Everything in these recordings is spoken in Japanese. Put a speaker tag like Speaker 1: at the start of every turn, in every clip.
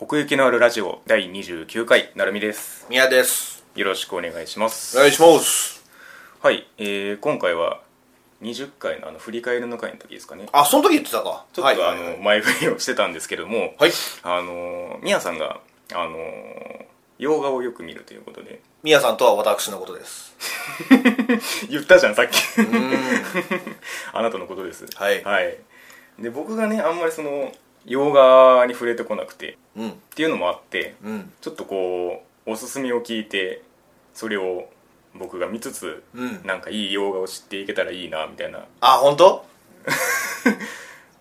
Speaker 1: 奥行きのあるラジオ第29回なるみです
Speaker 2: 宮です
Speaker 1: よろしくお願いします
Speaker 2: お願いします
Speaker 1: はい、えー、今回は20回のあの振り返りの回の時ですかね
Speaker 2: あその時言ってたか
Speaker 1: ちょっと、あ
Speaker 2: はい
Speaker 1: の前振りをしてたんですけども、
Speaker 2: はい
Speaker 1: あのみやさんがあの洋画をよく見るということで
Speaker 2: 宮さんとは私のことです
Speaker 1: 言ったじゃんさっき あなたのことです
Speaker 2: はい
Speaker 1: で僕がねあんまりその洋画に触れてこなくてっ
Speaker 2: うん
Speaker 1: ていうのもあって
Speaker 2: うん
Speaker 1: ちょっとこうおすすめを聞いてそれを僕が見つつ、
Speaker 2: うん
Speaker 1: なんかいい洋画を知っていけたらいいなみたいな
Speaker 2: あ本当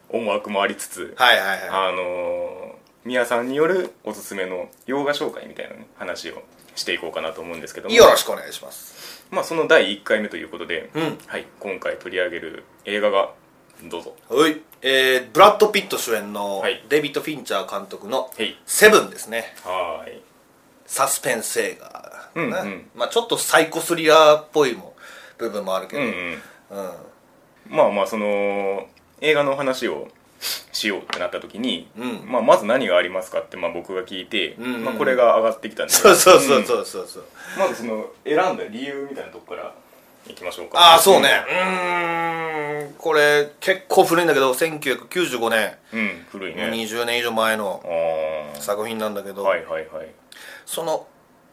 Speaker 1: 思惑もありつつ、
Speaker 2: はいはいはい
Speaker 1: あのー、宮さんによるおすすめの洋画紹介みたいなね話をしていこうかなと思うんですけども
Speaker 2: よろしくお願いします
Speaker 1: まあ、その第1回目ということで、
Speaker 2: うん
Speaker 1: はい、今回取り上げる映画がどうぞ
Speaker 2: はいえー、ブラッド・ピット主演の
Speaker 1: はい
Speaker 2: デビッド・フィンチャー監督の
Speaker 1: はい
Speaker 2: 「セブン」ですね
Speaker 1: はーい
Speaker 2: サスペンス映画かな、
Speaker 1: うんうん
Speaker 2: まあ、ちょっとサイコスリラーっぽいも部分もあるけ
Speaker 1: う
Speaker 2: ど、
Speaker 1: んう
Speaker 2: うん
Speaker 1: んまあまあその映画のお話をしようってなった時に、
Speaker 2: うん
Speaker 1: まあ、まず何がありますかってまあ僕が聞いて、
Speaker 2: んうんうん
Speaker 1: まあ、これが上がってきたんで
Speaker 2: そうそうそう
Speaker 1: うん
Speaker 2: そうそうそう
Speaker 1: まずその選んだ理由みたいなとこからいきましょうか
Speaker 2: ああそうねうーんこれ結構古いんだけど1995年、
Speaker 1: うん、うん古い
Speaker 2: もう
Speaker 1: ね
Speaker 2: 20年以上前の
Speaker 1: ああ
Speaker 2: 作品なんだけど、
Speaker 1: はいはいはい
Speaker 2: その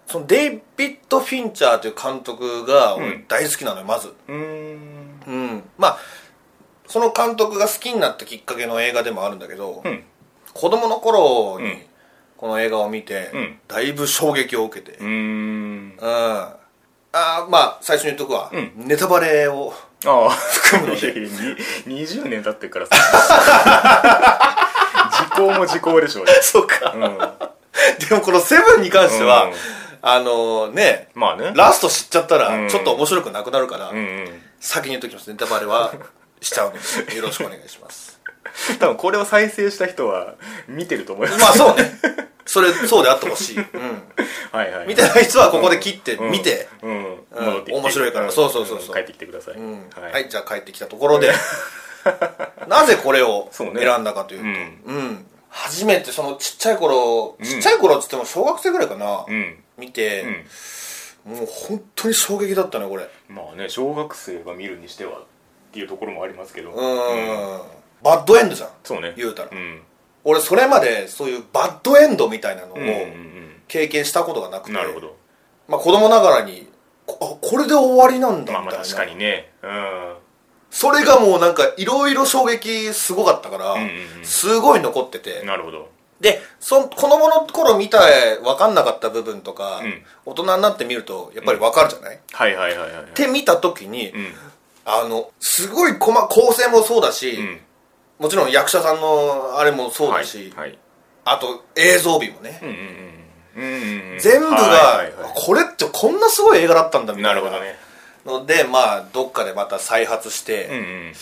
Speaker 2: そのデイビッド・フィンチャーという監督が
Speaker 1: ん
Speaker 2: 俺大好きなのよまず、
Speaker 1: うーん
Speaker 2: うん、まあその監督が好きになったきっかけの映画でもあるんだけど、
Speaker 1: うん
Speaker 2: 子供の頃に
Speaker 1: うん
Speaker 2: この映画を見て、
Speaker 1: うん
Speaker 2: だいぶ衝撃を受けて、
Speaker 1: うーん
Speaker 2: うんああまあ最初に言っとくわ、
Speaker 1: ん
Speaker 2: ネタバレ を
Speaker 1: ああ
Speaker 2: むので
Speaker 1: いやいやに20年経ってからさ 時効も時効でしょうね
Speaker 2: そうか
Speaker 1: うん、
Speaker 2: でもこの「セブンに関しては、
Speaker 1: うん
Speaker 2: あのね
Speaker 1: まあね
Speaker 2: ラスト知っちゃった
Speaker 1: うん
Speaker 2: らちょっと面白くなくなるから、
Speaker 1: うんうん
Speaker 2: 先に言っときますネタバレはしちゃうのでよろしくお願いします
Speaker 1: 多分これを再生した人は見てると思います
Speaker 2: まあそうねそれそうであってほしい、うん、
Speaker 1: はいはい
Speaker 2: みたいな人はここで切って見て、
Speaker 1: うん、うん
Speaker 2: うん
Speaker 1: 戻ってきて
Speaker 2: 面白いからそうそうそうそうん
Speaker 1: 帰ってきてください、
Speaker 2: うん
Speaker 1: は、
Speaker 2: はいい、じゃあ帰ってきたところでなぜこれを
Speaker 1: そ
Speaker 2: 選
Speaker 1: うね
Speaker 2: んだかというと
Speaker 1: うん
Speaker 2: うん、初めてそのちっちゃい頃ちっちゃい頃っつっても小学生ぐらいかな、
Speaker 1: うん
Speaker 2: 見て、もう本当に衝撃だったねこれ
Speaker 1: うん、まあね小学生が見るにしてはっていうところもありますけど
Speaker 2: うん、バッドエンドじゃん
Speaker 1: そうね
Speaker 2: 言うたら
Speaker 1: うん
Speaker 2: 俺それまでそういうバッドエンドみたいなのを
Speaker 1: うんうん
Speaker 2: 経験したことがなく
Speaker 1: う
Speaker 2: て、
Speaker 1: んなるほど
Speaker 2: まあ、子供ながらにこあこれで終わりなんだみた
Speaker 1: まあ
Speaker 2: いな、
Speaker 1: まあ確かにねうん
Speaker 2: それがもうなんかいろいろ衝撃すごかったから、
Speaker 1: んうん
Speaker 2: すごい残ってて
Speaker 1: なるほど
Speaker 2: でそ子供の頃見た分かんなかった部分とか、
Speaker 1: うん
Speaker 2: 大人になってみるとやっぱり分かるじゃない、っ
Speaker 1: はいはいはいはい
Speaker 2: て見た時に、
Speaker 1: うん
Speaker 2: あのすごい細構成もそうだし、
Speaker 1: うん
Speaker 2: もちろん役者さんのあれもそうだし、
Speaker 1: はいはい
Speaker 2: あと映像美もね、
Speaker 1: うんうんうんうんうんうん
Speaker 2: 全部が、
Speaker 1: はいはいはい
Speaker 2: これってこんなすごい映画だったんだみた
Speaker 1: ないる
Speaker 2: な
Speaker 1: ほどね
Speaker 2: のでまあどっかでまた再発して、
Speaker 1: うんうん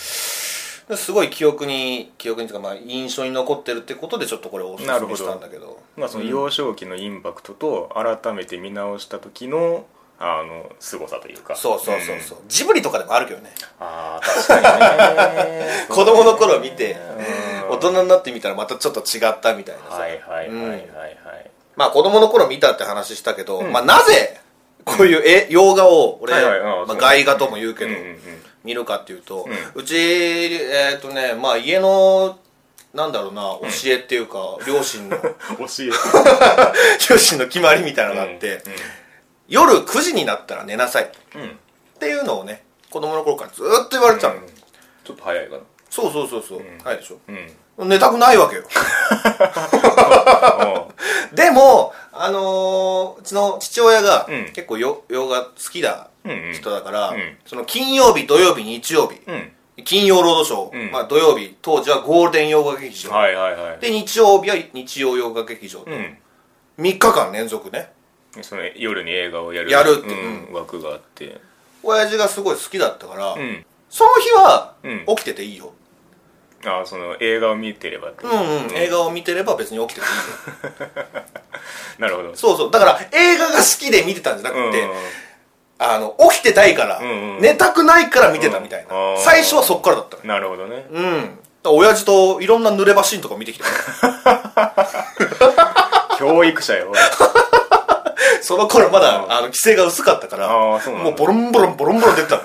Speaker 2: ですごい記憶に記憶にというか、まあ、印象に残ってるってことでちょっとこれをおす
Speaker 1: な
Speaker 2: す
Speaker 1: るほ
Speaker 2: め
Speaker 1: ど
Speaker 2: したんだけど
Speaker 1: まあその幼少期のインパクトと改めて見直した時のあの凄さというか
Speaker 2: そうそうそうそうう、ジブリとかでもあるけどね
Speaker 1: んああ 確かにね
Speaker 2: 子供の頃見て
Speaker 1: うん
Speaker 2: 大人になってみたらまたちょっと違ったみたいなさ、
Speaker 1: はいはいはいはい
Speaker 2: うん
Speaker 1: はい
Speaker 2: まあ子供の頃見たって話したけど、
Speaker 1: ん
Speaker 2: まあなぜこういうえ洋画を俺、
Speaker 1: はいはいああ
Speaker 2: ま
Speaker 1: そう
Speaker 2: あ、外画とも言うけ
Speaker 1: うん
Speaker 2: ど、
Speaker 1: うんうん
Speaker 2: 見るかっていうと、
Speaker 1: う
Speaker 2: うちえっ、とねまあ家のなんだろうな教えっていうか、両親の
Speaker 1: 教え
Speaker 2: 両親の決まりみたいなのがあって、夜9時になったら寝なさいっ
Speaker 1: うんうん
Speaker 2: ていうのをね子供の頃からずーっと言われてたの、
Speaker 1: うんちょっと早いかな
Speaker 2: そうそうそうそう、はいでしょ
Speaker 1: うん
Speaker 2: 寝たくないわ けよ
Speaker 1: あ
Speaker 2: でもあのーうちの父親が
Speaker 1: うん
Speaker 2: 結構よ洋画好きな人だから、
Speaker 1: うんうん
Speaker 2: その金曜日土曜日日曜日、
Speaker 1: あうん
Speaker 2: 金曜ロードショー、
Speaker 1: うん
Speaker 2: まあ、土曜日当時はゴールデン洋画劇場、
Speaker 1: はいはいはい
Speaker 2: で日曜日は日曜洋画劇場と、
Speaker 1: うん
Speaker 2: 3日間連続ね
Speaker 1: その夜に映画をやる
Speaker 2: やるって
Speaker 1: うん
Speaker 2: う
Speaker 1: 枠があって
Speaker 2: 親父がすごい好きだったから、
Speaker 1: うん
Speaker 2: その日は
Speaker 1: うん
Speaker 2: 起きてていいよ、
Speaker 1: ああその映画を見てればって
Speaker 2: う
Speaker 1: こ
Speaker 2: ん
Speaker 1: と
Speaker 2: うん映画を見てれば別に起きてていいよ
Speaker 1: なるほど
Speaker 2: そうそうだから映画が好きで見てたんじゃなくて、
Speaker 1: うん
Speaker 2: あの起きてたいから、
Speaker 1: んうん
Speaker 2: 寝たくないから見てたみたいな、
Speaker 1: うんあー
Speaker 2: 最初はそっからだったね
Speaker 1: なるほどね
Speaker 2: うんだから親父といろんな濡れ場シーンとか見てきた
Speaker 1: 教育者よ。
Speaker 2: その頃まだ、
Speaker 1: うん
Speaker 2: あの、規制が薄かったから、
Speaker 1: あーそうなんだ
Speaker 2: もうボロンボロンボロンボロン出てた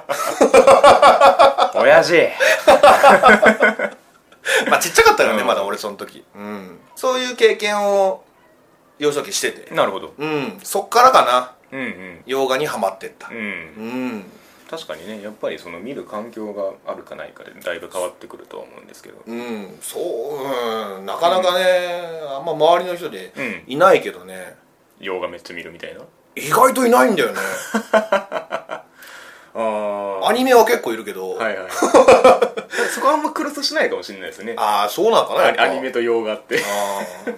Speaker 2: の。
Speaker 1: 親父。
Speaker 2: まあちっちゃかったからね、
Speaker 1: うん
Speaker 2: まだ俺その時。うん。そういう経験を、幼少期してて。
Speaker 1: なるほど。
Speaker 2: うん。そっからかな、
Speaker 1: うんうん。
Speaker 2: 洋画にはまってった
Speaker 1: う。ん、
Speaker 2: うん。
Speaker 1: 確かにねやっぱりその見る環境があるかないかでだいぶ変わってくるとは思うんですけど
Speaker 2: うん、そう、うん、なかなかね、あんま周りの人で
Speaker 1: うん
Speaker 2: いないけどね、
Speaker 1: 洋画めっちゃ見るみたいな
Speaker 2: 意外といないん だよね。
Speaker 1: ああ
Speaker 2: アニメは結構いるけど、
Speaker 1: はいはい そこはあんまクロスしないかもしれないですね
Speaker 2: ああ、そうなのかな、やっぱ
Speaker 1: アニメ。と洋画って
Speaker 2: あー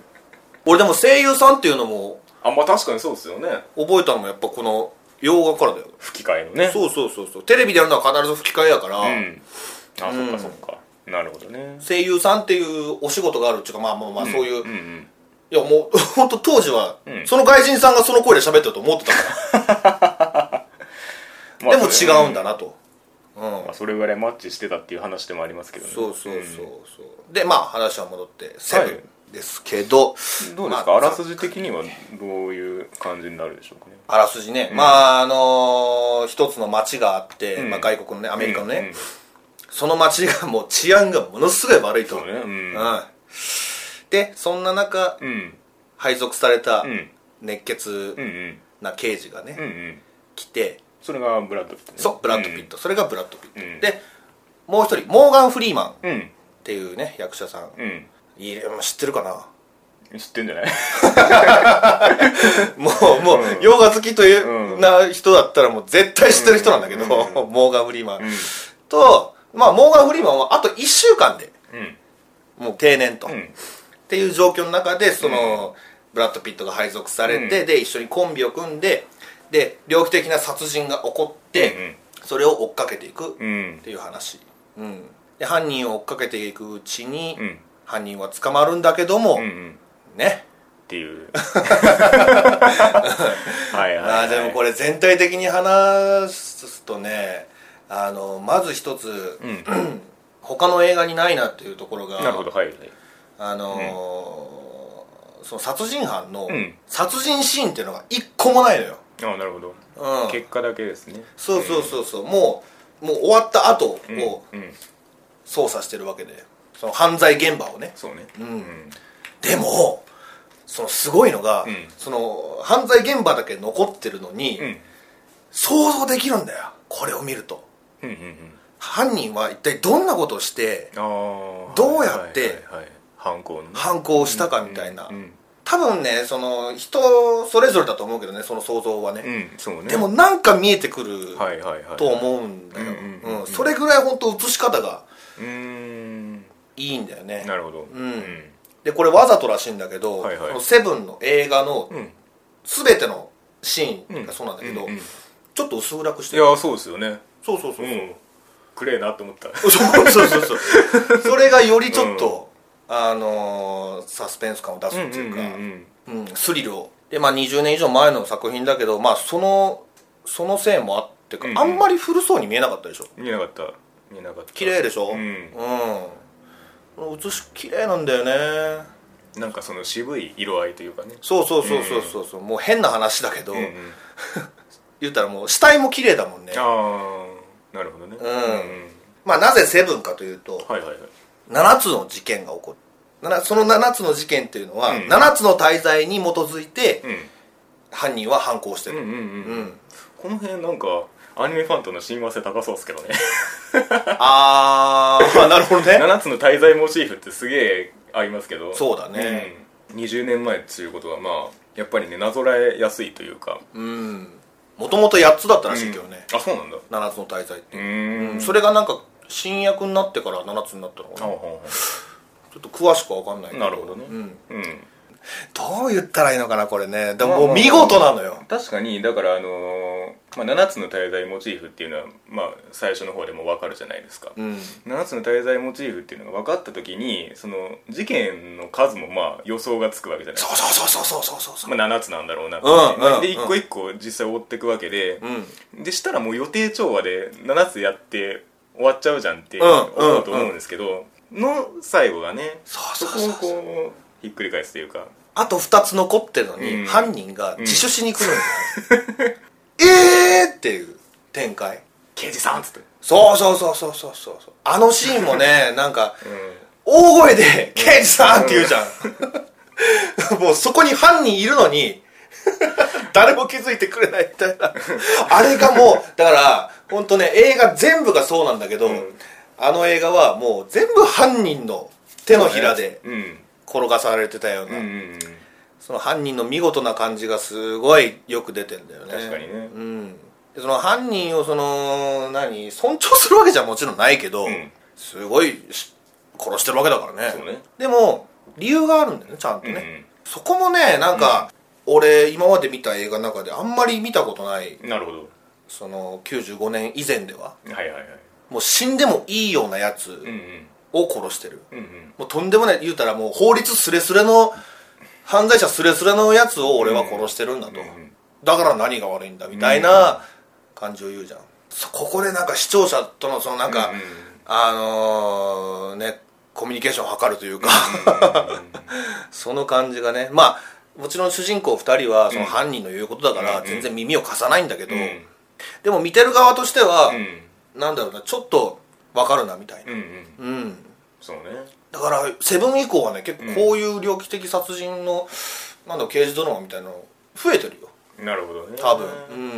Speaker 2: 俺でも声優さんっていうのも
Speaker 1: あまあ確かにそうですよね
Speaker 2: 覚えたのもやっぱこの洋画からだよ。
Speaker 1: 吹き替えのね
Speaker 2: そうそうそうそう。テレビでやるのは必ず吹き替えやから、
Speaker 1: うんあ、
Speaker 2: うん
Speaker 1: そっかそっかなるほどね
Speaker 2: 声優さんっていうお仕事があるっていうか、まあまあまあ、そういう、
Speaker 1: うんうん
Speaker 2: いやもう、 本当当時は、
Speaker 1: うん
Speaker 2: その外人さんがその声で喋ってると思ってたか
Speaker 1: ま
Speaker 2: ら、
Speaker 1: あ
Speaker 2: でも
Speaker 1: そ
Speaker 2: 違
Speaker 1: れ
Speaker 2: うんだなと。うん
Speaker 1: まあ、それぐらいマッチしてたっていう話でもありますけどね
Speaker 2: そうそうそう
Speaker 1: うん
Speaker 2: そう、でまあ話は戻ってセブンですけど、
Speaker 1: どうですか、
Speaker 2: ま
Speaker 1: あらすじ的にはどういう感じになるでしょうかね
Speaker 2: あらすじね、
Speaker 1: ん
Speaker 2: まああのー一つの町があって、
Speaker 1: うん
Speaker 2: まあ、外国のねアメリカのね、
Speaker 1: うんうん
Speaker 2: その町がもう治安がものすごい悪いと
Speaker 1: そうねうん
Speaker 2: うんでそんな中
Speaker 1: うん
Speaker 2: 配属された
Speaker 1: うん
Speaker 2: 熱血
Speaker 1: うんうん
Speaker 2: な刑事がね、
Speaker 1: うんうん
Speaker 2: 来て
Speaker 1: それがブラッドピット、ね、
Speaker 2: そうブラッド・ピット、それがブラッド・ピット、
Speaker 1: うん
Speaker 2: でもう一人モーガン・フリーマンっ
Speaker 1: うん
Speaker 2: ていうね役者さん、
Speaker 1: うん、
Speaker 2: いやまあ知ってるかな
Speaker 1: うん、知ってんじゃない
Speaker 2: もう、も
Speaker 1: うん
Speaker 2: う、洋画好きという、
Speaker 1: うん
Speaker 2: な人だったらもう絶対知ってる人なんだけど、
Speaker 1: うんう
Speaker 2: モーガン・フリーマン、
Speaker 1: うん
Speaker 2: と、まあ、モーガン・フリーマンはあと1週間で、
Speaker 1: うん
Speaker 2: もう定年と、
Speaker 1: う
Speaker 2: っ
Speaker 1: ん
Speaker 2: ていう状況の中で、その、ブラッド・ピットが配属されて、
Speaker 1: うん
Speaker 2: で、一緒にコンビを組んで、で、猟奇的な殺人が起こって、それを追っかけていく
Speaker 1: うんうん
Speaker 2: っていう話。うん。で、犯人を追っかけていくうちに、
Speaker 1: うん
Speaker 2: 犯人は捕まるんだけども、
Speaker 1: うんうん
Speaker 2: ね。
Speaker 1: っていう はいはい、はい、
Speaker 2: まあでもこれ全体的に話すとねあのまず一つ、
Speaker 1: うん
Speaker 2: 他の映画にないなっていうところが
Speaker 1: なるほどはいはい
Speaker 2: あのーその殺人犯の
Speaker 1: うん
Speaker 2: 殺人シーンっていうのが一個もないのよ、
Speaker 1: ああなるほど
Speaker 2: うん、
Speaker 1: 結果だけですね
Speaker 2: そうそうそうそうもうもう終わった後を
Speaker 1: うんうん
Speaker 2: 捜査してるわけでその犯罪現場をね
Speaker 1: そうね
Speaker 2: うん
Speaker 1: うん
Speaker 2: でもそのすごいのが、
Speaker 1: うん
Speaker 2: その犯罪現場だけ残ってるのに、
Speaker 1: うん
Speaker 2: 想像できるんだよこれを見ると。
Speaker 1: うんうんうん
Speaker 2: 犯人は一体どんなことをして
Speaker 1: ああ
Speaker 2: どうやって
Speaker 1: はいはいはい犯行のね
Speaker 2: 犯行をしたかみたいな、
Speaker 1: うんうん
Speaker 2: 多分ねその人それぞれだと思うけどねその想像はね、
Speaker 1: うんそうね
Speaker 2: でもなんか見えてくる
Speaker 1: はいはいはい
Speaker 2: と思うんだよ
Speaker 1: うんうんうんうん
Speaker 2: うんそれぐらい本当映し方が
Speaker 1: うーん
Speaker 2: いいんだよね
Speaker 1: なるほどうん
Speaker 2: でこれわざとらしいんだけど「
Speaker 1: はいはい
Speaker 2: このセブンの映画の
Speaker 1: うん
Speaker 2: 全てのシ
Speaker 1: う
Speaker 2: ーン
Speaker 1: ん
Speaker 2: がそうなんだけど、
Speaker 1: うんうんい
Speaker 2: ちょっと薄暗くしてる
Speaker 1: やそうですよね
Speaker 2: そうそうそう、
Speaker 1: うん くれえなと思った
Speaker 2: そうそうそうそうそれがよりちょっと、あのーサスペンス感を出すっていうか、
Speaker 1: ん
Speaker 2: うん、スリルをで、まあ、20年以上前の作品だけど、まあ、そのそのせいもあってか、
Speaker 1: うんうん
Speaker 2: あんまり古そうに見えなかったでしょ
Speaker 1: 見えなかった見えなかった
Speaker 2: 綺麗でしょ
Speaker 1: うん
Speaker 2: うん写し綺麗なんだよね
Speaker 1: なんかその渋い色合いというかね
Speaker 2: そうそうそうそうそうそうもう変な話だけど、
Speaker 1: うんうん
Speaker 2: 言ったらもう死体も綺麗だもんね
Speaker 1: ああなるほどねうん
Speaker 2: まあなぜセブンかというと
Speaker 1: はいはいはい
Speaker 2: 7つの事件が起こるななその7つの事件っていうのは、
Speaker 1: うん
Speaker 2: 7つの滞在に基づいて
Speaker 1: う
Speaker 2: 犯人は犯行して
Speaker 1: んう
Speaker 2: る、
Speaker 1: んうんう
Speaker 2: う
Speaker 1: んんこの辺なんかアニメファンとの親和性高そうですけどね
Speaker 2: あー なるほど ね
Speaker 1: 7つの滞在モチーフってすげえ合いますけど
Speaker 2: そうだね
Speaker 1: うん20年前っていうことはまあやっぱりねなぞらえやすいというか
Speaker 2: うんもともと8つだったらしいけどね、
Speaker 1: うんあそうなんだ
Speaker 2: 7つの滞在って、
Speaker 1: う
Speaker 2: それがなんか新薬になってから7つになったのかな
Speaker 1: あ
Speaker 2: ちょ
Speaker 1: は
Speaker 2: っと詳しくは分かんないけ
Speaker 1: なるほどね
Speaker 2: うん、
Speaker 1: あうん
Speaker 2: どう言ったらいいのかなこれねで
Speaker 1: まあ
Speaker 2: もも
Speaker 1: ま
Speaker 2: う
Speaker 1: あ
Speaker 2: 見事なのよ、
Speaker 1: 確かにだからあのーまあ、7つの滞在モチーフっていうのは、まあ、最初の方でも分かるじゃないですか、
Speaker 2: うん
Speaker 1: 7つの滞在モチーフっていうのが分かった時にその事件の数もまあ予想がつくわけじゃないです
Speaker 2: そ
Speaker 1: か
Speaker 2: うそうそうそうそうそうそう、
Speaker 1: まあ、7つなんだろうなって
Speaker 2: うんうん
Speaker 1: で
Speaker 2: うん
Speaker 1: 一個一個実際追っていくわけで、
Speaker 2: うん
Speaker 1: でしたらもう予定調和で7つやって終わっちゃうじゃんって
Speaker 2: うんうん
Speaker 1: 思うと思うんですけど、の最後がね
Speaker 2: そうそうそうそう
Speaker 1: こをこうひっくり返すというか
Speaker 2: あと2つ残ってるのに、
Speaker 1: うん
Speaker 2: 犯人が自首しに来るんだよ、えーっていう展開
Speaker 1: 刑事さんっつって、
Speaker 2: そうそうそうそうそうそうそうあのシーンもねなんか、大声で「刑事さん!」って言うじゃん、もうそこに犯人いる のに誰も気づいてくれないみたいなあれがもうだから本当ね映画全部がそうなんだけど、
Speaker 1: ん
Speaker 2: あの映画はもう全部犯人の手のひらで
Speaker 1: うん
Speaker 2: 転がされてたよう
Speaker 1: う
Speaker 2: な、
Speaker 1: んうんうん
Speaker 2: その犯人の見事な感じがすごいよく出てんだよね
Speaker 1: 確かにね
Speaker 2: うんでその犯人をその何尊重するわけじゃもちろんないけど、
Speaker 1: ん
Speaker 2: すごいし殺してるわけだからね
Speaker 1: そうね
Speaker 2: でも理由があるんだよねちゃんとね、
Speaker 1: うん
Speaker 2: そこもねなんか、俺今まで見た映画の中であんまり見たことない
Speaker 1: なるほど
Speaker 2: その95年以前では
Speaker 1: はいはいはい
Speaker 2: もう死んでもいいようなやつ
Speaker 1: うんうん
Speaker 2: を殺してる、
Speaker 1: うんうん
Speaker 2: もうとんでもない言うたらもう法律すれすれの犯罪者すれすれのやつを俺は殺してるんだと、
Speaker 1: うん
Speaker 2: だから何が悪いんだみたいな感じを言うじゃん、そここでなんか視聴者とのそのなんか、
Speaker 1: うんうん
Speaker 2: あのーねコミュニケーションを図るというか、 その感じがねまあもちろん主人公2人はその犯人の言うことだから
Speaker 1: うん
Speaker 2: 全然耳を貸さないんだけど、
Speaker 1: うん
Speaker 2: でも見てる側としては
Speaker 1: うん、
Speaker 2: なんだろうなちょっと分かるなみたいな
Speaker 1: うんうん
Speaker 2: うん
Speaker 1: そうね
Speaker 2: だからセブン以降はね結構こういう猟奇的殺人の、なんだろう刑事ドラマみたいなの増えてるよ
Speaker 1: なるほどね
Speaker 2: 多分、う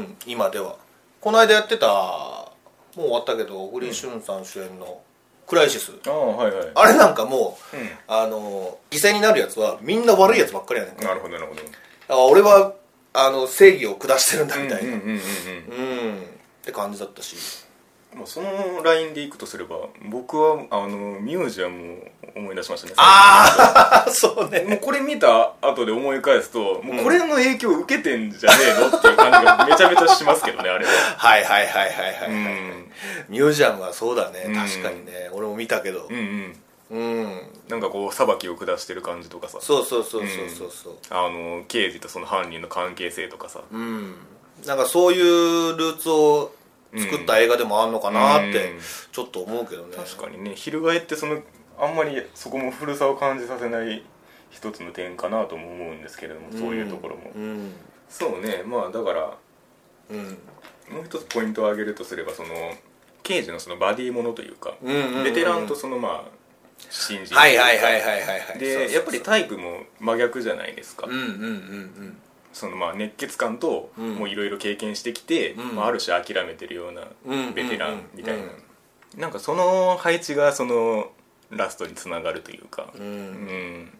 Speaker 2: ん、今ではこの間やってたもう終わったけどグリーン・シュンさん主演の「クライシス」
Speaker 1: ああはいはい
Speaker 2: あれなんかもう、
Speaker 1: うん
Speaker 2: あの犠牲になるやつはみんな悪いやつばっかりやねんから
Speaker 1: なるほどなるほど
Speaker 2: あ俺はあの正義を下してるんだみたい
Speaker 1: うん
Speaker 2: な
Speaker 1: うんうんうん
Speaker 2: うん、って感じだったし
Speaker 1: まあそのラインでいくとすれば僕はあのミュージアムを思い出しましたね
Speaker 2: ああそうね
Speaker 1: もうこれ見た後で思い返すともうこれの影響を受けてんじゃねえのっていう感じがめちゃめちゃしますけどねあれは
Speaker 2: はいはいはいはいはい、
Speaker 1: う
Speaker 2: はい
Speaker 1: ん
Speaker 2: ミュージアムはそうだね、
Speaker 1: うん
Speaker 2: 確かにね俺も見たけど
Speaker 1: うんうん
Speaker 2: うん
Speaker 1: なんかこう裁きを下してる感じとかさ
Speaker 2: そうそうそうそうそうそう
Speaker 1: あの刑事とその犯人の関係性とかさ
Speaker 2: うん、なんかそういうルーツを作った映画でもあんのかなっ
Speaker 1: う
Speaker 2: て
Speaker 1: ん
Speaker 2: ちょっと思うけどね、
Speaker 1: 確かにね翻ってそのあんまりそこも古さを感じさせない一つの点かなとも思うんですけれどもそういうところも、
Speaker 2: うん
Speaker 1: そうねまあだから
Speaker 2: うん
Speaker 1: もう一つポイントを挙げるとすればその刑事のそのバディものというか、
Speaker 2: うんうんうん
Speaker 1: ベテランとそのまあ新人というか
Speaker 2: はいはいはいはいはいはい
Speaker 1: で
Speaker 2: そうそうそう
Speaker 1: やっぱりタイプも真逆じゃないですか、
Speaker 2: うんうんうん
Speaker 1: そのまあ熱血感と
Speaker 2: ん
Speaker 1: もういろいろ経験してきて、
Speaker 2: うん
Speaker 1: まあ、ある種諦めてるよう
Speaker 2: うんうんう
Speaker 1: なんベテランみたいな、
Speaker 2: うん
Speaker 1: なんかその配置がそのラストにつながるというか
Speaker 2: うん
Speaker 1: う
Speaker 2: う
Speaker 1: んん
Speaker 2: っ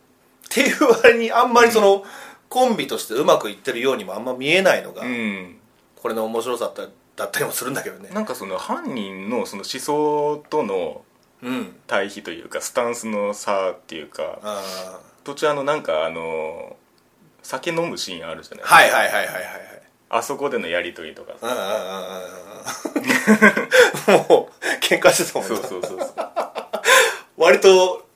Speaker 2: ていう割にあんまりその、コンビとしてうまくいってるようにもあんま見えないのが、
Speaker 1: うん
Speaker 2: これの面白さだっただったりもするんだけどね
Speaker 1: なんかその犯人のその思想との
Speaker 2: うん
Speaker 1: 対比というかスタンスの差っていうか
Speaker 2: あ
Speaker 1: 途中あのなんかあの酒飲むシーンあるじゃない
Speaker 2: ーはいはいはいはいはいはい
Speaker 1: あそこでのやり取りとか
Speaker 2: う
Speaker 1: さ
Speaker 2: んうんうんうんうん もう喧嘩してたもん
Speaker 1: そ
Speaker 2: ね
Speaker 1: うそうそうそう
Speaker 2: 割と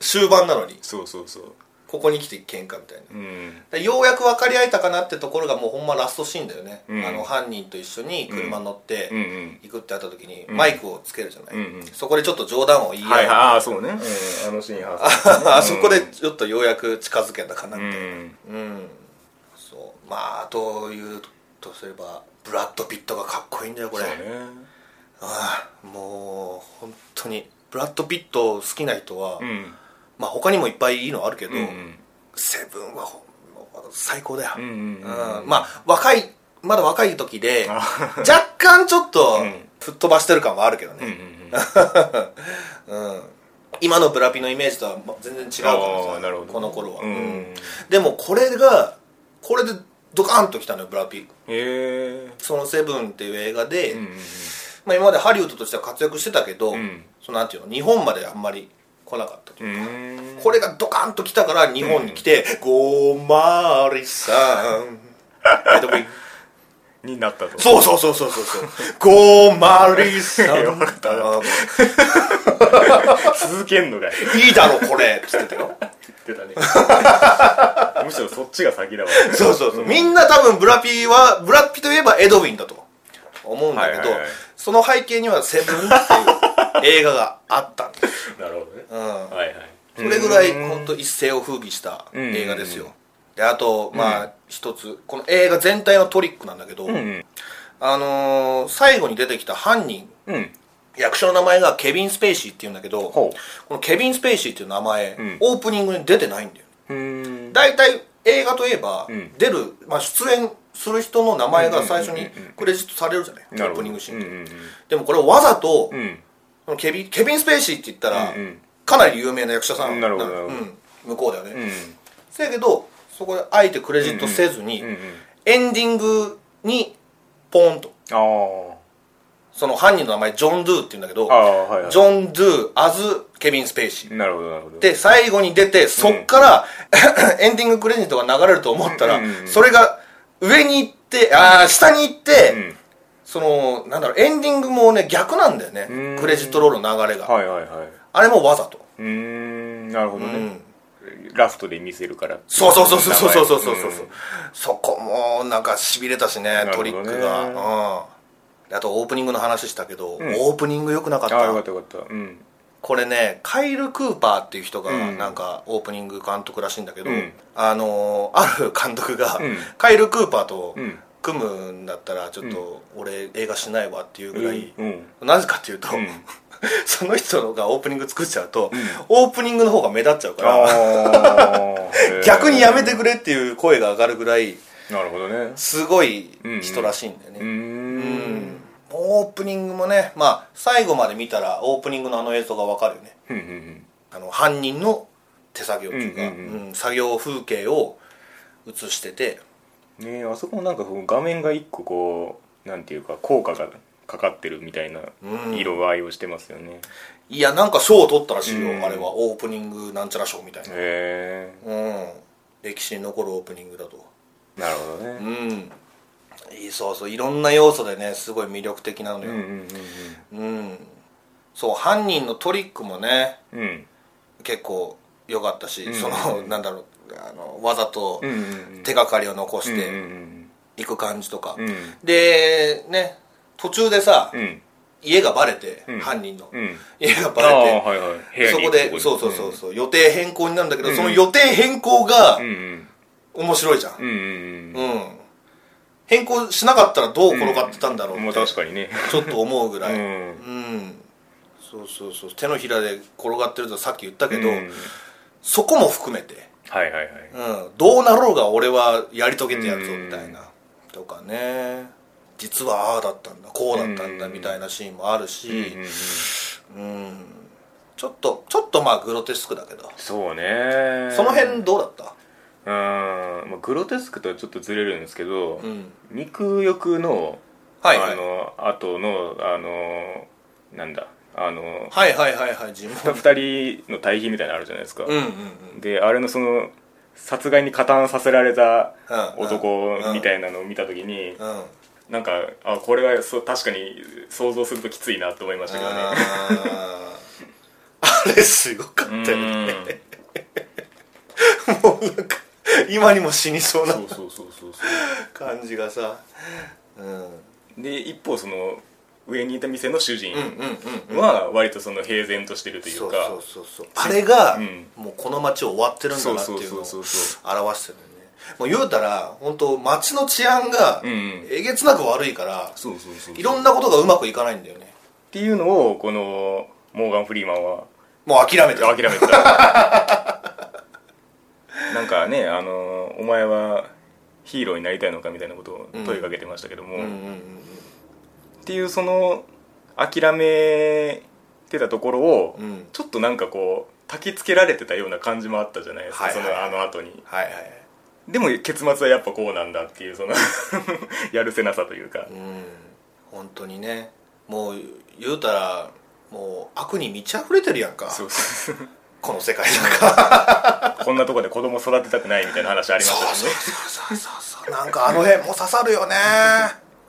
Speaker 2: 終盤なのに
Speaker 1: そうそうそう
Speaker 2: ここに来て喧嘩みたいな
Speaker 1: うん
Speaker 2: でようやく分かり合えたかなってところがもうほんまラストシーンだよね、
Speaker 1: うん
Speaker 2: あの犯人と一緒に車に乗っ
Speaker 1: うんう
Speaker 2: て
Speaker 1: ん
Speaker 2: 行くってあった時に
Speaker 1: ん
Speaker 2: マイクをつけるじゃない、
Speaker 1: うんうん
Speaker 2: そこでちょっと冗談を言い合う、
Speaker 1: はいはいああそうね、うん、あのシーンは
Speaker 2: あそこでちょっとようやく近づけたかな
Speaker 1: う
Speaker 2: みたいな、
Speaker 1: ん
Speaker 2: うんそうまあというとすればブラッド・ピットがかっこいいんだよこ
Speaker 1: そう
Speaker 2: れ、
Speaker 1: ね
Speaker 2: ああもう本当にブラッド・ピット好きな人は、
Speaker 1: うん
Speaker 2: まあ他にもいっぱいいいのあるけど、
Speaker 1: うんうん
Speaker 2: セブンはほん最高だよ、
Speaker 1: うんうん
Speaker 2: うんまあ若いまだ若い時で
Speaker 1: あ
Speaker 2: 若干ちょっと
Speaker 1: うん
Speaker 2: 吹っ飛ばしてる感はあるけ ど
Speaker 1: うんう
Speaker 2: ね、
Speaker 1: んうん
Speaker 2: うん今のブラピのイメージとはま全然違うから
Speaker 1: あー
Speaker 2: さ
Speaker 1: なるほど
Speaker 2: この頃は、
Speaker 1: うん
Speaker 2: でもこれがこれでドカーンときたのよブラピ
Speaker 1: へえ
Speaker 2: その「セブンっていう映画で、
Speaker 1: うんうん
Speaker 2: まあ、今までハリウッドとしては活躍してたけど、
Speaker 1: うん
Speaker 2: そのなんていうの日本まであんまり来なかったというう、
Speaker 1: ん
Speaker 2: これがドカーンときたから日本に来て「ごまりさん」はいどこ行く
Speaker 1: になったと
Speaker 2: そうそうそうそうそうそう。ごまりさん。
Speaker 1: よかった続けんのがいい
Speaker 2: いいだろ、これ。つってたよ。
Speaker 1: 言ってたねむしろそっちが先だわ
Speaker 2: そうそうそう。みんな多分ブラピーは、ブラピーといえばエドウィンだと思うんだけど、
Speaker 1: はいはいはい
Speaker 2: その背景にはセブンっていう映画があったんです。
Speaker 1: なるほどね
Speaker 2: うん。
Speaker 1: はいはい
Speaker 2: それぐらい本当一世を風靡した映画です
Speaker 1: うん
Speaker 2: よであとまあ一つこの映画全体のトリックなんだけど、
Speaker 1: うんうん
Speaker 2: あのー最後に出てきた犯人
Speaker 1: うん
Speaker 2: 役所の名前がケビン・スペイシーっていうんだけど
Speaker 1: ほ
Speaker 2: このケビン・スペイシーっていう名前、
Speaker 1: ん
Speaker 2: オープニングに出てないんだよ
Speaker 1: うーん
Speaker 2: 大体映画といえば、
Speaker 1: ん
Speaker 2: 出る、まあ、出演する人の名前が最初
Speaker 1: うん
Speaker 2: に
Speaker 1: うんうんうん
Speaker 2: クレジットされるじゃない、
Speaker 1: なる
Speaker 2: オ
Speaker 1: ほ
Speaker 2: ープ
Speaker 1: ど
Speaker 2: ニングシーンで、
Speaker 1: うんうん
Speaker 2: でもこれわざと、
Speaker 1: うんうん
Speaker 2: このケビンケビン・スペイシーって言ったら、
Speaker 1: うんうん
Speaker 2: かなり有名な役者さん
Speaker 1: なるほど
Speaker 2: う
Speaker 1: なる
Speaker 2: ん、向こうだよね、
Speaker 1: うん
Speaker 2: せやけどそこであえてクレジットせずに、
Speaker 1: うんうん
Speaker 2: エンディングにポーンと
Speaker 1: あー
Speaker 2: その犯人の名前ジョン・ドゥっていうんだけど
Speaker 1: あーはいはい
Speaker 2: ジョン・ドゥアズ・ケビン・スペイシー
Speaker 1: なるほどなるほど
Speaker 2: で最後に出てそっから、 エンディングクレジットが流れると思ったら、
Speaker 1: うんうんうん
Speaker 2: それが上に行ってあー下に行って、
Speaker 1: うん
Speaker 2: そのなんだろうエンディングもね逆なんだよ
Speaker 1: う
Speaker 2: ね
Speaker 1: ん
Speaker 2: クレジットロールの流れが、
Speaker 1: はいはいはい
Speaker 2: あれもわざと、
Speaker 1: うーんなるほど
Speaker 2: う
Speaker 1: ね
Speaker 2: ん
Speaker 1: ラストで見せるから
Speaker 2: そうそうそうそうそうそうそうそうそう、
Speaker 1: ん
Speaker 2: そこもなんかしびれたしね
Speaker 1: るほどね
Speaker 2: トリックが、うん、であとオープニングの話したけど、
Speaker 1: ん
Speaker 2: オープニング良くなかっ
Speaker 1: ああよかったたよかったうん
Speaker 2: これねカイル・クーパーっていう人が
Speaker 1: うん
Speaker 2: なんかオープニング監督らしいんだけど、
Speaker 1: うん
Speaker 2: あのーある監督が、
Speaker 1: うん
Speaker 2: カイル・クーパーと
Speaker 1: うん
Speaker 2: 組むんだったらちょっと俺映画しないわっていうぐらい、
Speaker 1: うん
Speaker 2: なぜかっていうと、
Speaker 1: ん
Speaker 2: その人がオープニング作っちゃうと、オープニングの方が目立っちゃうから
Speaker 1: あー
Speaker 2: 逆にやめてくれっていう声が上がるぐらい
Speaker 1: なるほどね
Speaker 2: すごい人らしいんだよね、
Speaker 1: うーん
Speaker 2: オープニングもねまあ最後まで見たらオープニングのあの映像がわかるよね
Speaker 1: うんうん
Speaker 2: あの犯人の手作業というか、
Speaker 1: うんうん
Speaker 2: うん作業風景を映してて
Speaker 1: うんねえあそこもなんかこう画面が一個こうなんていうか効果がかかってるみたいな
Speaker 2: うん
Speaker 1: 色合いをしてますよね
Speaker 2: いやなんか賞を取ったらしいよ、
Speaker 1: うん
Speaker 2: あれはオープニングなんちゃら賞みたいな、
Speaker 1: へ
Speaker 2: うん、歴史に残るオープニングだと
Speaker 1: えなるほど
Speaker 2: う
Speaker 1: ね
Speaker 2: んいいそうそういろんな要素でねすごい魅力的なの
Speaker 1: うん
Speaker 2: よ
Speaker 1: うん
Speaker 2: うん、そう犯人のトリックもね
Speaker 1: うんうん
Speaker 2: 結構良かったし、
Speaker 1: ん
Speaker 2: そのなんだろうあのわざと
Speaker 1: うんうんうん
Speaker 2: 手がかりを残し
Speaker 1: うん
Speaker 2: ていく感じとか、
Speaker 1: うんうん
Speaker 2: でね途中でさ、
Speaker 1: うん
Speaker 2: 家がバレて、
Speaker 1: うん
Speaker 2: 犯人の、
Speaker 1: うん
Speaker 2: 家が
Speaker 1: あ
Speaker 2: バ
Speaker 1: あ
Speaker 2: レて、
Speaker 1: はいはい部屋
Speaker 2: そ
Speaker 1: に行
Speaker 2: こ
Speaker 1: くと
Speaker 2: でそうそうそ
Speaker 1: ん
Speaker 2: うそう、予定変更になるんだけど、
Speaker 1: ん
Speaker 2: その予定変更が
Speaker 1: うんうん
Speaker 2: 面白いじゃん、
Speaker 1: うんうん
Speaker 2: うん変更しなかったらどう転がってたんだろう
Speaker 1: う
Speaker 2: っ
Speaker 1: ん
Speaker 2: て、
Speaker 1: まあ確かにね
Speaker 2: ちょっと思うぐら
Speaker 1: う
Speaker 2: い、うん
Speaker 1: ん
Speaker 2: そうそうそう手のひらで転がってるとさっき言ったけど、
Speaker 1: うん
Speaker 2: そこも含めて、
Speaker 1: はいはいはい
Speaker 2: うん、どうなろうが俺はやり遂げてやるぞ
Speaker 1: うん
Speaker 2: みたいな、とかね実はああだったんだこうだったんだ
Speaker 1: うん
Speaker 2: みたいなシーンもあるし、
Speaker 1: うんうんうん
Speaker 2: うんちょっとちょっとまあグロテスクだけど、
Speaker 1: そうね
Speaker 2: その辺どうだった
Speaker 1: うーん、まあ、グロテスクとはちょっとずれるんですけど、
Speaker 2: うん
Speaker 1: 肉欲の、
Speaker 2: はいはい
Speaker 1: あの後のあのなんだあの
Speaker 2: はいはいはいはい自分
Speaker 1: 2人の対比みたいなのあるじゃないですか、
Speaker 2: うんうん
Speaker 1: であれのその殺害に加担させられた
Speaker 2: うん
Speaker 1: 男みた
Speaker 2: い
Speaker 1: いなのを見た時に、
Speaker 2: うん、うん
Speaker 1: なんかあこれはそう確かに想像するときついなと思いましたけどね
Speaker 2: あーあれすごかったよね
Speaker 1: う
Speaker 2: もうなんか今にも死にそうなん
Speaker 1: そうそうそうそうそ
Speaker 2: 感じがさうんうん
Speaker 1: うで一方その上にいた店の主人
Speaker 2: うんうん
Speaker 1: は割とその平然としてるとい
Speaker 2: そうう
Speaker 1: か
Speaker 2: そうそうそうあれが、
Speaker 1: うん
Speaker 2: もうこの街を終わってるんだなっていうの
Speaker 1: そう
Speaker 2: を
Speaker 1: そうそうそ
Speaker 2: 表してるよねもう言うたら本当街の治安が
Speaker 1: うんうん
Speaker 2: えげつなく悪いから、
Speaker 1: そうそうそう
Speaker 2: いろん
Speaker 1: っ
Speaker 2: なことがうまくいかないんだよね
Speaker 1: ていうのをこのモーガン・フリーマンは
Speaker 2: もう諦めてる
Speaker 1: 諦めてたなんかねあのお前はヒーローになりたいのかみたいなことを問いかけてましたけども、
Speaker 2: うんう
Speaker 1: っ
Speaker 2: んうん
Speaker 1: ていうその諦めてたところを、
Speaker 2: うん
Speaker 1: ちょっとなんかこう焚きつけられてたような感じもあったじゃないですか、
Speaker 2: はいはいはい
Speaker 1: そのあの後に
Speaker 2: はいはい
Speaker 1: でも結末はやっぱこうなんだっていうその やるせなさというか、
Speaker 2: うん本当にねもう言うたらもう悪に満ち溢れてるやんか
Speaker 1: そうそう
Speaker 2: この世界なんか
Speaker 1: こんなとこで子供育てたくないみたいな話ありましたしね
Speaker 2: そうそうそうそうなんかあの辺も刺さるよね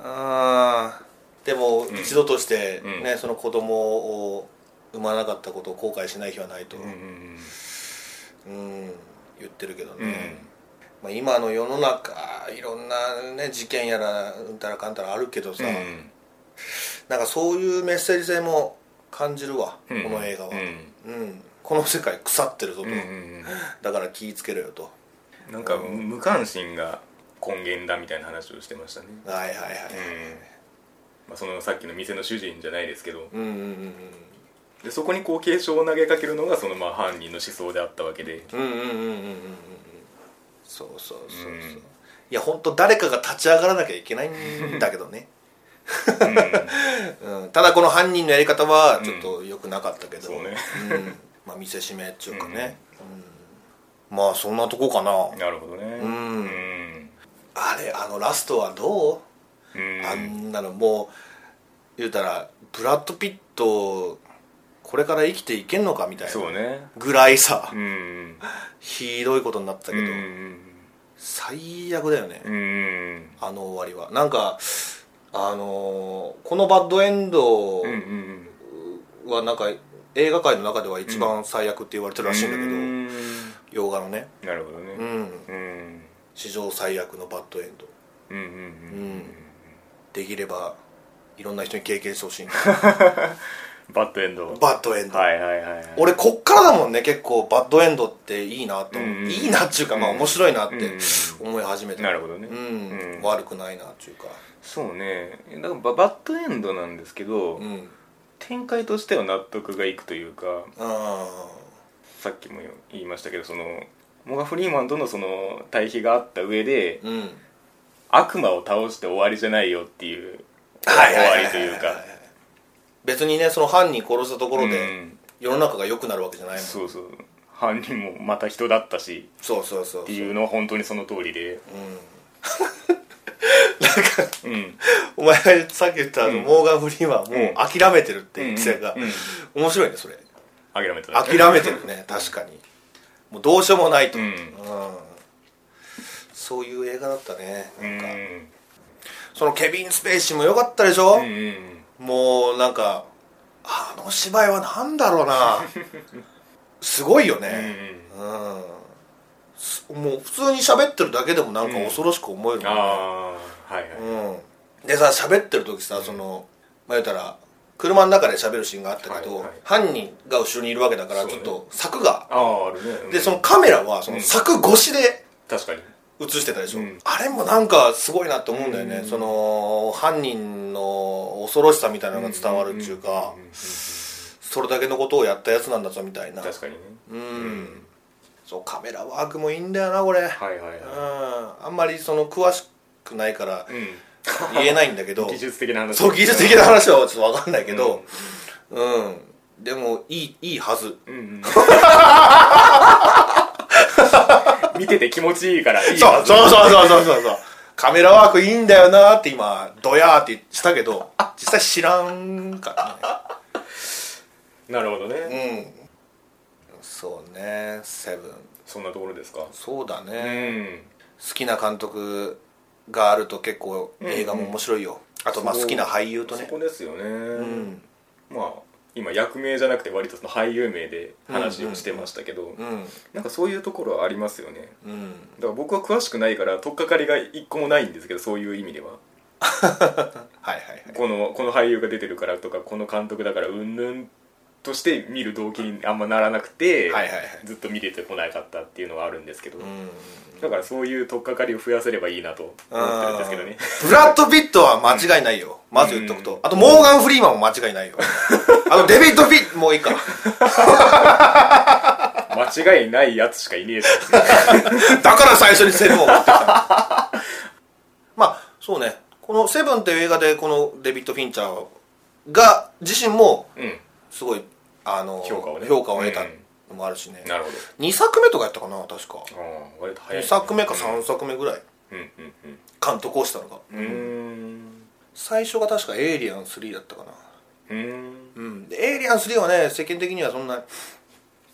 Speaker 2: うんでも
Speaker 1: ん
Speaker 2: 一度として
Speaker 1: うん
Speaker 2: ね、その子供を産まなかったことを後悔しない日はないと、
Speaker 1: うんうん
Speaker 2: うん言ってるけどね、
Speaker 1: うんうん
Speaker 2: まあ、今の世の中いろんな、ね、事件やらうんたらかんたらあるけどさ、なんかそういうメッセージ性も感じるわ、
Speaker 1: うん
Speaker 2: この映画は
Speaker 1: う
Speaker 2: うんん、この世界腐ってるぞと、
Speaker 1: うんうん
Speaker 2: だから気ぃつけろよと
Speaker 1: うんなんか無関心が根源だみたいな話をしてましたね、
Speaker 2: はいはい
Speaker 1: う
Speaker 2: は
Speaker 1: ん
Speaker 2: い、
Speaker 1: まあ、そのさっきの店の主人じゃないですけど
Speaker 2: うん、うんうんうん
Speaker 1: でそこにこう警鐘を投げかけるのがそのまあ犯人の思想であったわけで、
Speaker 2: うんうんうんうんうんうんそうそうそうそう、
Speaker 1: うん
Speaker 2: いや本当誰かが立ち上がらなきゃいけないんだけどね、
Speaker 1: うん、
Speaker 2: うん、ただこの犯人のやり方はちょっと良くなかったけど、
Speaker 1: そうね
Speaker 2: うんまあ見せしめっていうかね、うんまあそんなとこかな
Speaker 1: なるほどねうんうん
Speaker 2: あれあのラストはど
Speaker 1: う
Speaker 2: う、
Speaker 1: ん
Speaker 2: あんなのもう言うたらブラッド・ピットこれから生きていけんのかみたい
Speaker 1: そう
Speaker 2: な
Speaker 1: ね
Speaker 2: ぐらいさ、
Speaker 1: うん
Speaker 2: ひどいことになってた
Speaker 1: う
Speaker 2: けど、
Speaker 1: ん
Speaker 2: 最悪だよね、
Speaker 1: うん
Speaker 2: あの終わりはなんかあのーこのバッドエンド
Speaker 1: うんうん
Speaker 2: はなんか映画界の中では一番最悪って言われてるらしいんだけど、
Speaker 1: うん
Speaker 2: 洋画のね
Speaker 1: なるほどね
Speaker 2: うん
Speaker 1: うん
Speaker 2: 史上最悪のバッドエンド
Speaker 1: うんうん
Speaker 2: う
Speaker 1: うん
Speaker 2: んできればいろんな人に経験して ほしいな
Speaker 1: バッドエンド
Speaker 2: バッドエンド、
Speaker 1: はいはいはいはい
Speaker 2: 俺こっからだもんね結構バッドエンドっていいなと思う、
Speaker 1: うん
Speaker 2: いいなっていうかまあ
Speaker 1: うん
Speaker 2: 面白いなって
Speaker 1: うん
Speaker 2: 思い始めた
Speaker 1: なるほどね
Speaker 2: うん、
Speaker 1: うん
Speaker 2: 悪くないなっていうか
Speaker 1: そうねだからババッドエンドなんですけど
Speaker 2: うん
Speaker 1: 展開としては納得がいくというか
Speaker 2: あ
Speaker 1: さっきも言いましたけどそのモガ・フリーマンとのその対比があった上で
Speaker 2: ーうん
Speaker 1: 悪魔を倒して終わりじゃないよっていう終
Speaker 2: はいはい
Speaker 1: わ
Speaker 2: はい
Speaker 1: り
Speaker 2: は
Speaker 1: と
Speaker 2: いはい
Speaker 1: いうか
Speaker 2: 別にねその犯人殺したところで、
Speaker 1: うん
Speaker 2: 世の中が良くなるわけじゃないもんそう
Speaker 1: そうそう犯人もまた人だったし
Speaker 2: そうそうそう
Speaker 1: っていうのは本当にその通りでうんうん
Speaker 2: お前がさっき言ったあの、
Speaker 1: うん
Speaker 2: モーガン・フリーマンはもう諦めてるって言ってたが、
Speaker 1: うんうん
Speaker 2: 面白いねそれ
Speaker 1: 諦めたね
Speaker 2: 諦めてるね確かにもうどうしようもないと、
Speaker 1: うん
Speaker 2: そういう映画だったね
Speaker 1: う
Speaker 2: なん
Speaker 1: ん
Speaker 2: か、そのケビン・スペイシーも良かったでしょ
Speaker 1: う、んうん
Speaker 2: もうなんかあの芝居は何だろ うなすごいよ
Speaker 1: うんう
Speaker 2: ね
Speaker 1: ん
Speaker 2: うん、すもう普通に喋ってるだけでもなんか恐ろしく思えるもんね、
Speaker 1: ああはいはい
Speaker 2: うん、でさ喋ってる時さその、まあ、言うたら車の中で喋るシーンがあったけど、
Speaker 1: はいはい
Speaker 2: 犯人が後ろにいるわけだから
Speaker 1: そう
Speaker 2: ちょ
Speaker 1: ね
Speaker 2: っと柵が、
Speaker 1: あああるねうん
Speaker 2: でそのカメラはその柵越しで
Speaker 1: 確かに
Speaker 2: 映してたでしょ、
Speaker 1: うん
Speaker 2: あれもなんかすごいなって思うんだよね、
Speaker 1: うん
Speaker 2: その犯人の恐ろしさみたいなのが伝わるっていうか、
Speaker 1: んんんん
Speaker 2: それだけのことをやったやつなんだぞみたいな
Speaker 1: 確かにね
Speaker 2: うん、
Speaker 1: ん
Speaker 2: そうカメラワークもいいんだよなこれ、
Speaker 1: はいはいは
Speaker 2: うんあんまりその詳しくないから
Speaker 1: いうん
Speaker 2: 言えないんだけど
Speaker 1: 技術的な話
Speaker 2: そう技術的な話はちょっと分かんないけどうん、でもいいいいはず
Speaker 1: うんうん見てて気持ちいいからいい
Speaker 2: そうそうそうそうそうそうそうカメラワークいいんだよなって今ドヤーってしたけど 実際知らんから
Speaker 1: うなるほどね
Speaker 2: ねうんそうねセブン
Speaker 1: そんなところですか
Speaker 2: そうだ
Speaker 1: う
Speaker 2: ね、
Speaker 1: ん
Speaker 2: 好きな監督があると結構映画も面白いよ、あとまあ
Speaker 1: そう
Speaker 2: 好きな俳優と
Speaker 1: そ
Speaker 2: ね
Speaker 1: こですよね
Speaker 2: うん
Speaker 1: まあ今役名じゃなくて割とその俳優名で話をしてましたけど
Speaker 2: うん
Speaker 1: なんかそういうところはありますよね
Speaker 2: うん
Speaker 1: だから僕は詳しくないから取っかかりが一個もないんですけどそういう意味では
Speaker 2: はいはいはい
Speaker 1: このこの俳優が出てるからとかこの監督だからうんぬんとして見る動機にあんまならなくて、
Speaker 2: はいはいはい
Speaker 1: ずっと見れてこなかったっていうのはあるんですけど、
Speaker 2: うん
Speaker 1: だからそういう取っかかりを増やせればいいなと思ってるんですけどね
Speaker 2: ブラッド・ピットは間違いないよ。まず言っとくと。あと、モーガン・フリーマンも間違いないよ。あと、デビッド・ピットもういいか。
Speaker 1: 間違いないやつしかいねえぞ
Speaker 2: だから最初にセブンを持ってきた。まあ、そうね。このセブンっていう映画で、このデビッド・フィンチャーが、自身も、
Speaker 1: うん
Speaker 2: すごい、あの、
Speaker 1: 評価をね
Speaker 2: を得たのもあるしね。
Speaker 1: なるほど
Speaker 2: 2作目とかやったかな、確か。
Speaker 1: ああ割と早い
Speaker 2: 2
Speaker 1: ね
Speaker 2: 作目か3作目ぐらい、
Speaker 1: うんうん
Speaker 2: 監督をしたのが。
Speaker 1: うんうん
Speaker 2: 最初が確か、エイリアン3だったかな。
Speaker 1: うーん
Speaker 2: うん、でエイリアン3はね世間的にはそんな、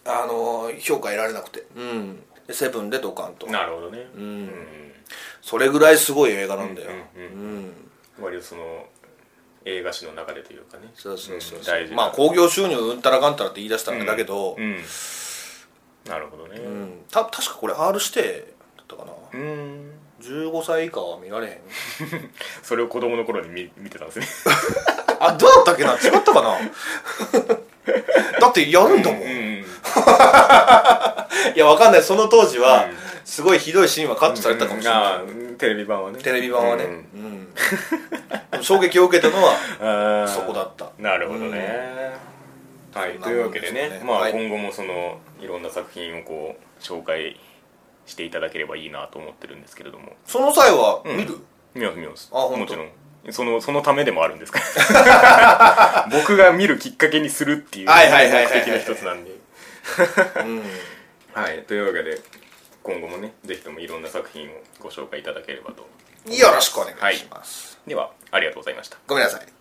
Speaker 2: あのー評価得られなくて、うん、でセブンでドカンと
Speaker 1: なるほどねうん、
Speaker 2: それぐらいすごい映画なんだよ、
Speaker 1: うん割とその映画史の中でというかね
Speaker 2: そうそうそう、
Speaker 1: ん大事な
Speaker 2: まあ興行収入うんたらかんたらって言い出したんだけど、
Speaker 1: うんなるほどね
Speaker 2: うんた確かこれ R 指定だったかな
Speaker 1: うーん
Speaker 2: 15歳以下は見られへん
Speaker 1: それを子供の頃に見見てたんですね
Speaker 2: あどうだったっけな違ったかなだってやるんだもん、
Speaker 1: うん
Speaker 2: いやわかんないその当時は、
Speaker 1: うん
Speaker 2: すごいひどいシーンはカットされてたかもしれない、
Speaker 1: うんああテレビ版はね
Speaker 2: テレビ版はね、
Speaker 1: うん
Speaker 2: うんでも衝撃を受けたのは
Speaker 1: あー
Speaker 2: そこだった
Speaker 1: なるほどね、はい
Speaker 2: そんなもん
Speaker 1: というわけでね
Speaker 2: ですよね
Speaker 1: まあ、
Speaker 2: はい
Speaker 1: 今後もそのいろんな作品をこう紹介していただければいいなと思ってるんですけれども
Speaker 2: その際は
Speaker 1: うん
Speaker 2: 見る、
Speaker 1: 見ます見ます
Speaker 2: あ本当
Speaker 1: もちろんそのそのためでもあるんですから 僕が見るきっかけにするっていう目
Speaker 2: はいはいはいはいはい
Speaker 1: 的の一つなんで
Speaker 2: うん
Speaker 1: はいというわけで今後もねぜひともいろんな作品をご紹介いただければと
Speaker 2: よろしくお願いします、
Speaker 1: ではありがとうございました
Speaker 2: ごめんなさい